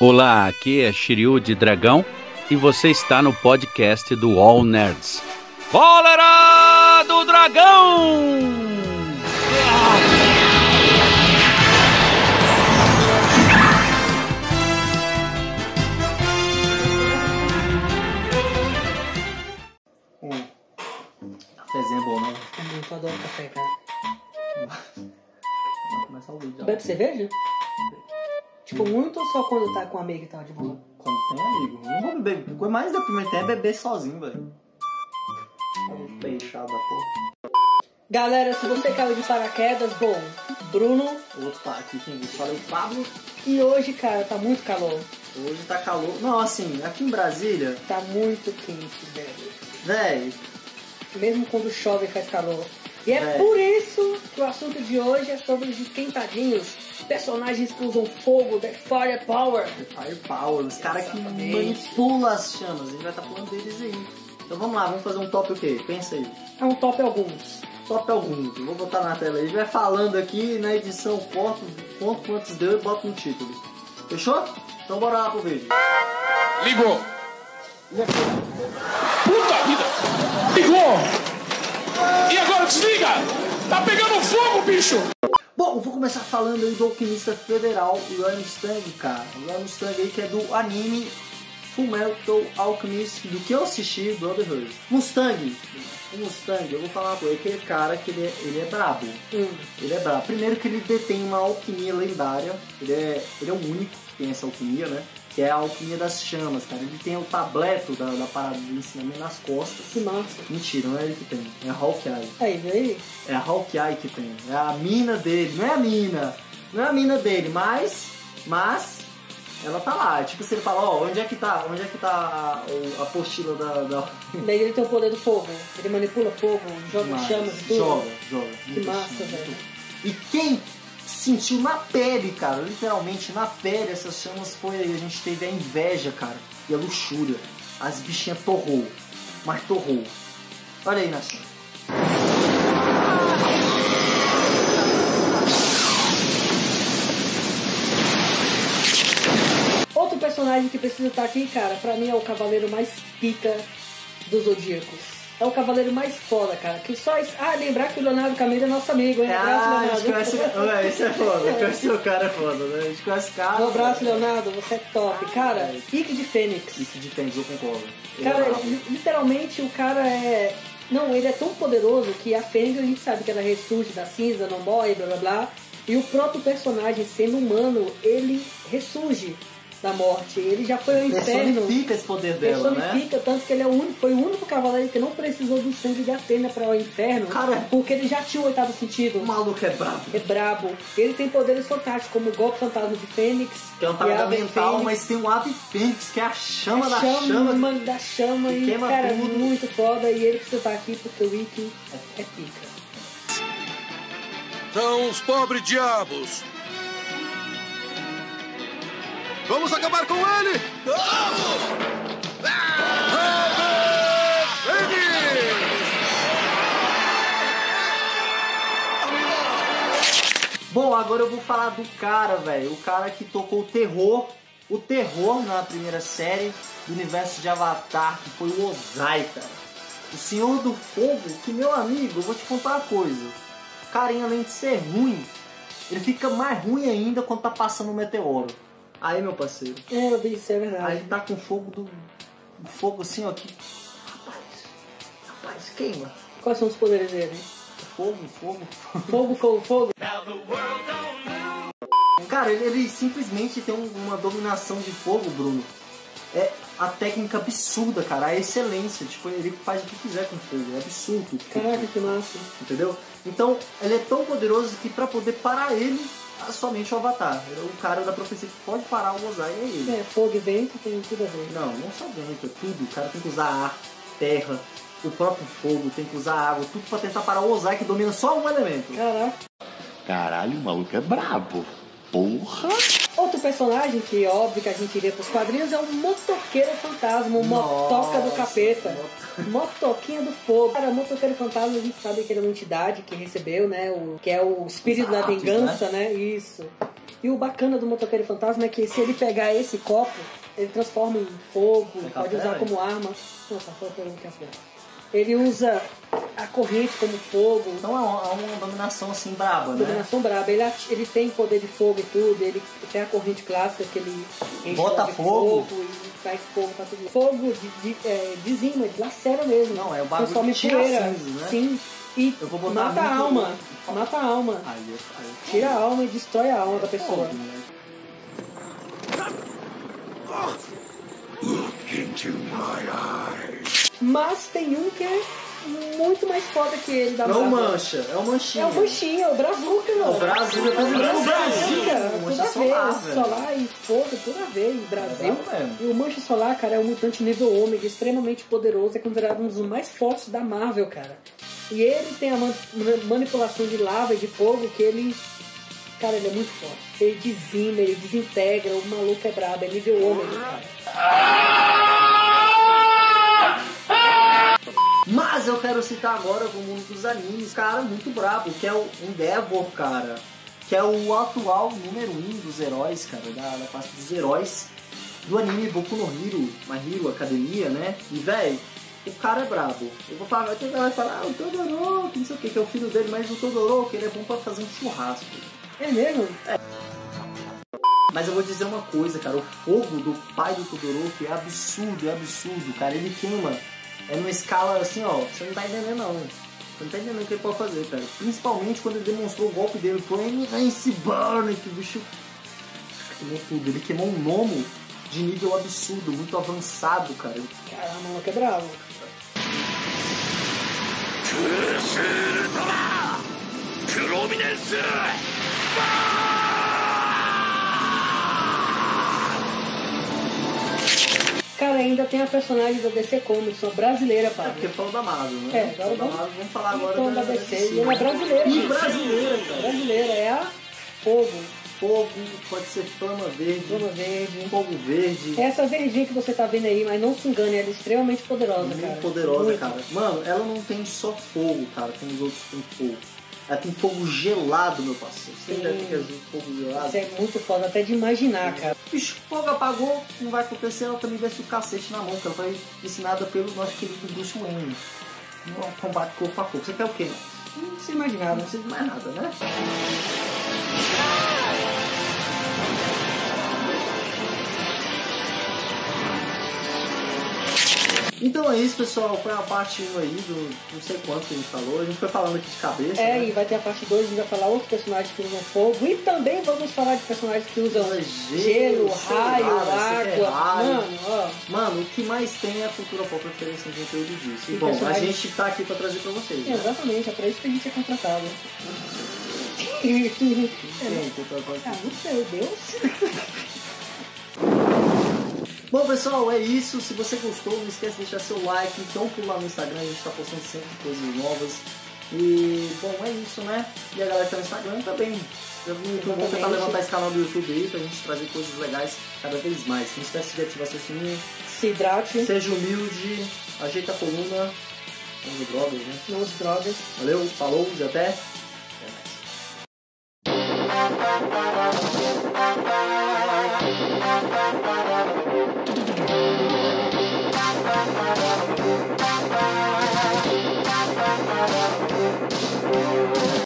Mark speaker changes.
Speaker 1: Olá, aqui é Shiryu de Dragão e você está no podcast do All Nerds. Cólera do Dragão!
Speaker 2: Cafézinho é bom, né?
Speaker 3: Muito adoro café, cara.
Speaker 2: Vamos começar o vídeo.
Speaker 3: Tu
Speaker 2: já.
Speaker 3: bebe cerveja? Tipo, muito ou só quando tá com a amiga que tá de boa?
Speaker 2: Quando tem amigo. Não vou beber. Coisa mais deprimente é beber sozinho, velho. Um Peixado da porra.
Speaker 3: Galera, se você caiu de paraquedas, bom, Bruno.
Speaker 2: O outro tá aqui, quem disse? Falei, Pablo.
Speaker 3: E hoje, cara, tá muito calor.
Speaker 2: Hoje tá calor. Não, assim, aqui em Brasília,
Speaker 3: Tá muito quente, velho.
Speaker 2: velho,
Speaker 3: Mesmo quando chove faz calor. E é
Speaker 2: É.
Speaker 3: por isso que o assunto de hoje é sobre os esquentadinhos. Personagens que usam fogo, The Fire Power.
Speaker 2: é firepower. Os caras que
Speaker 3: Exatamente.
Speaker 2: manipulam as chamas. A gente vai estar falando deles aí. Então vamos lá, vamos fazer um top o quê? Pensa aí.
Speaker 3: É um top alguns.
Speaker 2: Top alguns. Eu vou botar na tela. A gente vai falando aqui na edição um corto, conto quantos deu e bota no título. Fechou? Então bora lá pro vídeo.
Speaker 4: Ligou. Puta vida. Ligou. E agora desliga. Tá pegando fogo, bicho.
Speaker 2: Bom, eu vou começar falando aí do alquimista federal Ryan Stang, cara. Ryan Stang aí que é do anime Fullmetal Alchemist, do que eu assisti, Brotherhood. Mustang. O Mustang, eu vou falar uma coisa, aquele cara que ele é, ele é brabo.
Speaker 3: Hum,
Speaker 2: Ele é brabo. Primeiro que ele detém uma alquimia lendária. Ele é, ele é o único que tem essa alquimia, né? Que é a alquimia das chamas, cara. Ele tem o tableto da, da parada do ensinamento nas
Speaker 3: que
Speaker 2: costas.
Speaker 3: massa.
Speaker 2: Mentira, não é ele que tem. É Hawkeye.
Speaker 3: Aí, viu aí?
Speaker 2: É a Hawkeye que tem. É a mina dele. Não é a mina. Não é a mina dele, mas. Mas. Ela tá lá. Tipo, se ele fala, ó, onde é que tá? Onde é que tá a, o- a apostila da. da...
Speaker 3: Daí ele tem o poder do fogo. Ele manipula fogo, joga
Speaker 2: Mas-
Speaker 3: chamas e tudo.
Speaker 2: Joga, joga.
Speaker 3: Que massa, velho.
Speaker 2: E quem sentiu na pele, cara, literalmente na pele essas chamas foi aí. A gente teve a inveja, cara, e a luxúria. As bichinhas torrou, mas torrou. Olha aí, Nacho.
Speaker 3: Outro personagem que precisa estar aqui, cara, pra mim é o cavaleiro mais pica dos Zodíacos. É o cavaleiro mais foda, cara. Que só. es- Ah, lembrar que o Leonardo Camilo é nosso amigo, hein?
Speaker 2: Ah, a gente conhece.
Speaker 3: Abraço, Leonardo.
Speaker 2: Ué, isso é foda. Conhecer o cara é foda, né? A gente conhece o cara.
Speaker 3: Um abraço, Leonardo. Você é top. Cara, Ike de Fênix.
Speaker 2: Isso de tênis, eu concordo. Ele é
Speaker 3: Cara,
Speaker 2: brabo.
Speaker 3: li- literalmente o cara é. Não, ele é tão poderoso que a Fênix a gente sabe que ela ressurge da cinza, não morre, blá blá blá. E o próprio personagem, sendo humano, ele ressurge da morte. Ele já foi ao
Speaker 2: é
Speaker 3: é inferno.
Speaker 2: personifica esse poder dela, né?
Speaker 3: personifica, tanto que ele é o único, foi o único cavaleiro que não precisou do sangue de Atena para o inferno,
Speaker 2: Cara.
Speaker 3: porque ele já tinha o oitavo sentido.
Speaker 2: O maluco é brabo.
Speaker 3: É brabo. Ele tem poderes fantásticos, como o golpe fantasma de Fênix,
Speaker 2: Que é um
Speaker 3: e a
Speaker 2: parada
Speaker 3: ave
Speaker 2: mental,
Speaker 3: Fênix,
Speaker 2: mas tem um ave fênix, que é a chama
Speaker 3: a
Speaker 2: da
Speaker 3: chama,
Speaker 2: chama.
Speaker 3: mano, da chama
Speaker 2: que
Speaker 3: e
Speaker 2: queima
Speaker 3: cara, é
Speaker 2: tudo.
Speaker 3: muito foda. E ele precisa estar aqui porque o Wiki é pica.
Speaker 5: São os pobres diabos. Vamos acabar com ele! Vamos!
Speaker 2: Bom, agora eu vou falar do cara, velho. O cara que tocou o terror, o terror na primeira série do universo de Avatar, que foi o Ozai, cara. O Senhor do Fogo, que meu amigo, eu vou te contar uma coisa. O carinha, além de ser ruim, ele fica mais ruim ainda quando tá passando um meteoro. Aí, meu parceiro,
Speaker 3: É, eu vi isso, é verdade.
Speaker 2: aí tá com fogo do. um fogo assim, ó, que. Rapaz, rapaz, queima.
Speaker 3: Quais são os poderes dele?
Speaker 2: Fogo, fogo, fogo.
Speaker 3: Fogo, fogo, fogo.
Speaker 2: Cara, ele, ele simplesmente tem um- uma dominação de fogo, Bruno. É a técnica absurda, cara. A excelência. Tipo, ele faz o que quiser com fogo. É absurdo.
Speaker 3: Caraca, que massa.
Speaker 2: Entendeu? Então, ele é tão poderoso que pra poder parar ele, é somente o Avatar. É O cara da profecia que pode parar o Ozai é ele.
Speaker 3: É, fogo e vento tem tudo a ver.
Speaker 2: Não, não só vento, é tudo. O cara tem que usar ar, terra, o próprio fogo, tem que usar água, tudo pra tentar parar o Ozai que domina só um elemento.
Speaker 3: Caraca.
Speaker 6: Caralho, o maluco é brabo. Porra!
Speaker 3: Outro personagem que é óbvio que a gente iria pros quadrinhos é o motoqueiro fantasma, o motoca do
Speaker 2: Nossa,
Speaker 3: capeta.
Speaker 2: mot-
Speaker 3: Motoquinha do fogo. Cara, o motoqueiro fantasma a gente sabe que ele é uma entidade que recebeu, né? O, que é o espírito da
Speaker 2: Exato,
Speaker 3: vingança, né? Isso. E o bacana do motoqueiro fantasma é que se ele pegar esse copo, ele transforma em fogo,
Speaker 2: É
Speaker 3: pode
Speaker 2: café,
Speaker 3: usar
Speaker 2: velho?
Speaker 3: como arma. Não, café eu quero um café. Ele usa a corrente como fogo,
Speaker 2: Então é uma, é uma dominação assim braba, né?
Speaker 3: dominação braba. Ele, ati- ele tem poder de fogo e tudo, ele tem a corrente clássica que ele enche
Speaker 2: Bota
Speaker 3: de
Speaker 2: fogo.
Speaker 3: e faz fogo pra tudo. Fogo de, de, é, dizima, de lacera mesmo.
Speaker 2: Não, é o bagulho
Speaker 3: Transforma em
Speaker 2: que tira as
Speaker 3: poeira.
Speaker 2: cinzas, né?
Speaker 3: Sim. E
Speaker 2: Eu vou botar
Speaker 3: mata a
Speaker 2: muito-
Speaker 3: alma. Mata a alma.
Speaker 2: Aí, aí.
Speaker 3: Tira a alma e destrói a
Speaker 2: É
Speaker 3: alma da pessoa.
Speaker 2: né?
Speaker 3: Mas tem um que é muito mais foda que ele da
Speaker 2: Não
Speaker 3: Marvel.
Speaker 2: mancha, é o manchinho.
Speaker 3: É o Manchinha, é o Brazuca, mano.
Speaker 2: O Brazuca,
Speaker 3: é
Speaker 2: é brasileiro,
Speaker 3: o Brazuca.
Speaker 2: Brasil. O Mancha
Speaker 3: Toda
Speaker 2: Solar,
Speaker 3: vez,
Speaker 2: velho.
Speaker 3: Solar e foda, toda vez, Brasil.
Speaker 2: Brasil mesmo.
Speaker 3: E o Mancha Solar, cara, é um mutante nível ômega, extremamente poderoso, é considerado um dos mais fortes da Marvel, cara. E ele tem a man- ma- manipulação de lava e de fogo que ele. Cara, ele é muito forte. Ele dizima, ele desintegra, o maluco é brabo, é nível ômega, cara.
Speaker 2: Mas eu quero citar agora o mundo dos animes, um cara, muito brabo, que é o Endeavor, cara. Que é o atual número um dos heróis, cara, da, da classe dos heróis do anime Boku no Hero, My Hero Academia, né? E, velho, o cara é brabo. Eu vou falar, tem galera que fala, ah, o Todoroki, não sei o que, que é o filho dele, mas o Todoroki, ele é bom pra fazer um churrasco.
Speaker 3: É mesmo?
Speaker 2: Mas eu vou dizer uma coisa, cara, o fogo do pai do Todoroki é absurdo, é absurdo, cara. Ele queima. É numa escala assim, ó, você não tá entendendo não. Você não tá entendendo o que ele pode fazer, cara. Principalmente quando ele demonstrou o golpe dele, com Eminence Burn, que o bicho queimou tudo. Ele queimou um nomo de nível absurdo, muito avançado, cara.
Speaker 3: Caramba, o maluco é bravo. Cara, ainda tem a personagem da DC Comics, uma brasileira,
Speaker 2: É
Speaker 3: pai.
Speaker 2: porque falou da Marvel, né?
Speaker 3: É, agora
Speaker 2: Falou da
Speaker 3: vamos-
Speaker 2: Marvel, vamos falar agora
Speaker 3: Então, da DC, e ela é brasileira.
Speaker 2: E brasileira, cara.
Speaker 3: Brasileira é a Fogo,
Speaker 2: Fogo, pode ser flama verde,
Speaker 3: Zona Verde.
Speaker 2: fogo verde.
Speaker 3: Essa verdinha que você tá vendo aí, mas não se engane, ela é extremamente poderosa,
Speaker 2: muito
Speaker 3: cara.
Speaker 2: poderosa,
Speaker 3: Muito.
Speaker 2: cara. Mano, ela não tem só fogo, cara. Tem os outros que tem fogo. Ela tem fogo gelado, meu parceiro. Você
Speaker 3: Sim.
Speaker 2: deve ter visto fogo gelado.
Speaker 3: Isso é muito foda até de imaginar, cara.
Speaker 2: Bicho, fogo apagou, não vai acontecer. Ela também vai ser o cacete na mão, que ela foi ensinada pelo nosso querido Bruce Wayne. Um combate corpo a corpo. Você quer o quê, mano?
Speaker 3: Não precisa imaginar,
Speaker 2: Não
Speaker 3: né?
Speaker 2: precisa de mais nada, né? Então é isso, pessoal. Foi a parte 1 aí do não sei quanto que a gente falou. A gente foi falando aqui de cabeça.
Speaker 3: É,
Speaker 2: né?
Speaker 3: e vai ter a parte 2, a gente vai falar outros personagens que usam fogo. E também vamos falar de personagens que usam
Speaker 2: Usa
Speaker 3: gelo,
Speaker 2: Então é gelo, sei
Speaker 3: raio,
Speaker 2: lá, velho, você
Speaker 3: água.
Speaker 2: quer raio.
Speaker 3: Mano, ó.
Speaker 2: Mano, o que mais tem é a cultura pop oferecendo conteúdo disso. E,
Speaker 3: E
Speaker 2: bom, a
Speaker 3: personagens-
Speaker 2: gente tá aqui pra trazer pra vocês.
Speaker 3: Sim,
Speaker 2: né?
Speaker 3: exatamente, é pra isso que a gente é contratado.
Speaker 2: Tem cultura pop.
Speaker 3: ah, não sei, Deus.
Speaker 2: Bom, pessoal, é isso. Se você gostou, não esquece de deixar seu like. Então, por lá no Instagram, a gente tá postando sempre coisas novas. E, bom, é isso, né? E a galera que tá no Instagram também. Então, vamos tentar
Speaker 3: Exatamente.
Speaker 2: levantar esse canal do YouTube aí pra gente trazer coisas legais cada vez mais. Não esquece de ativar seu sininho.
Speaker 3: Se hidrate,
Speaker 2: Seja humilde, ajeita a coluna. Vamos de drogas, né?
Speaker 3: não se drogas.
Speaker 2: Valeu, falou e até.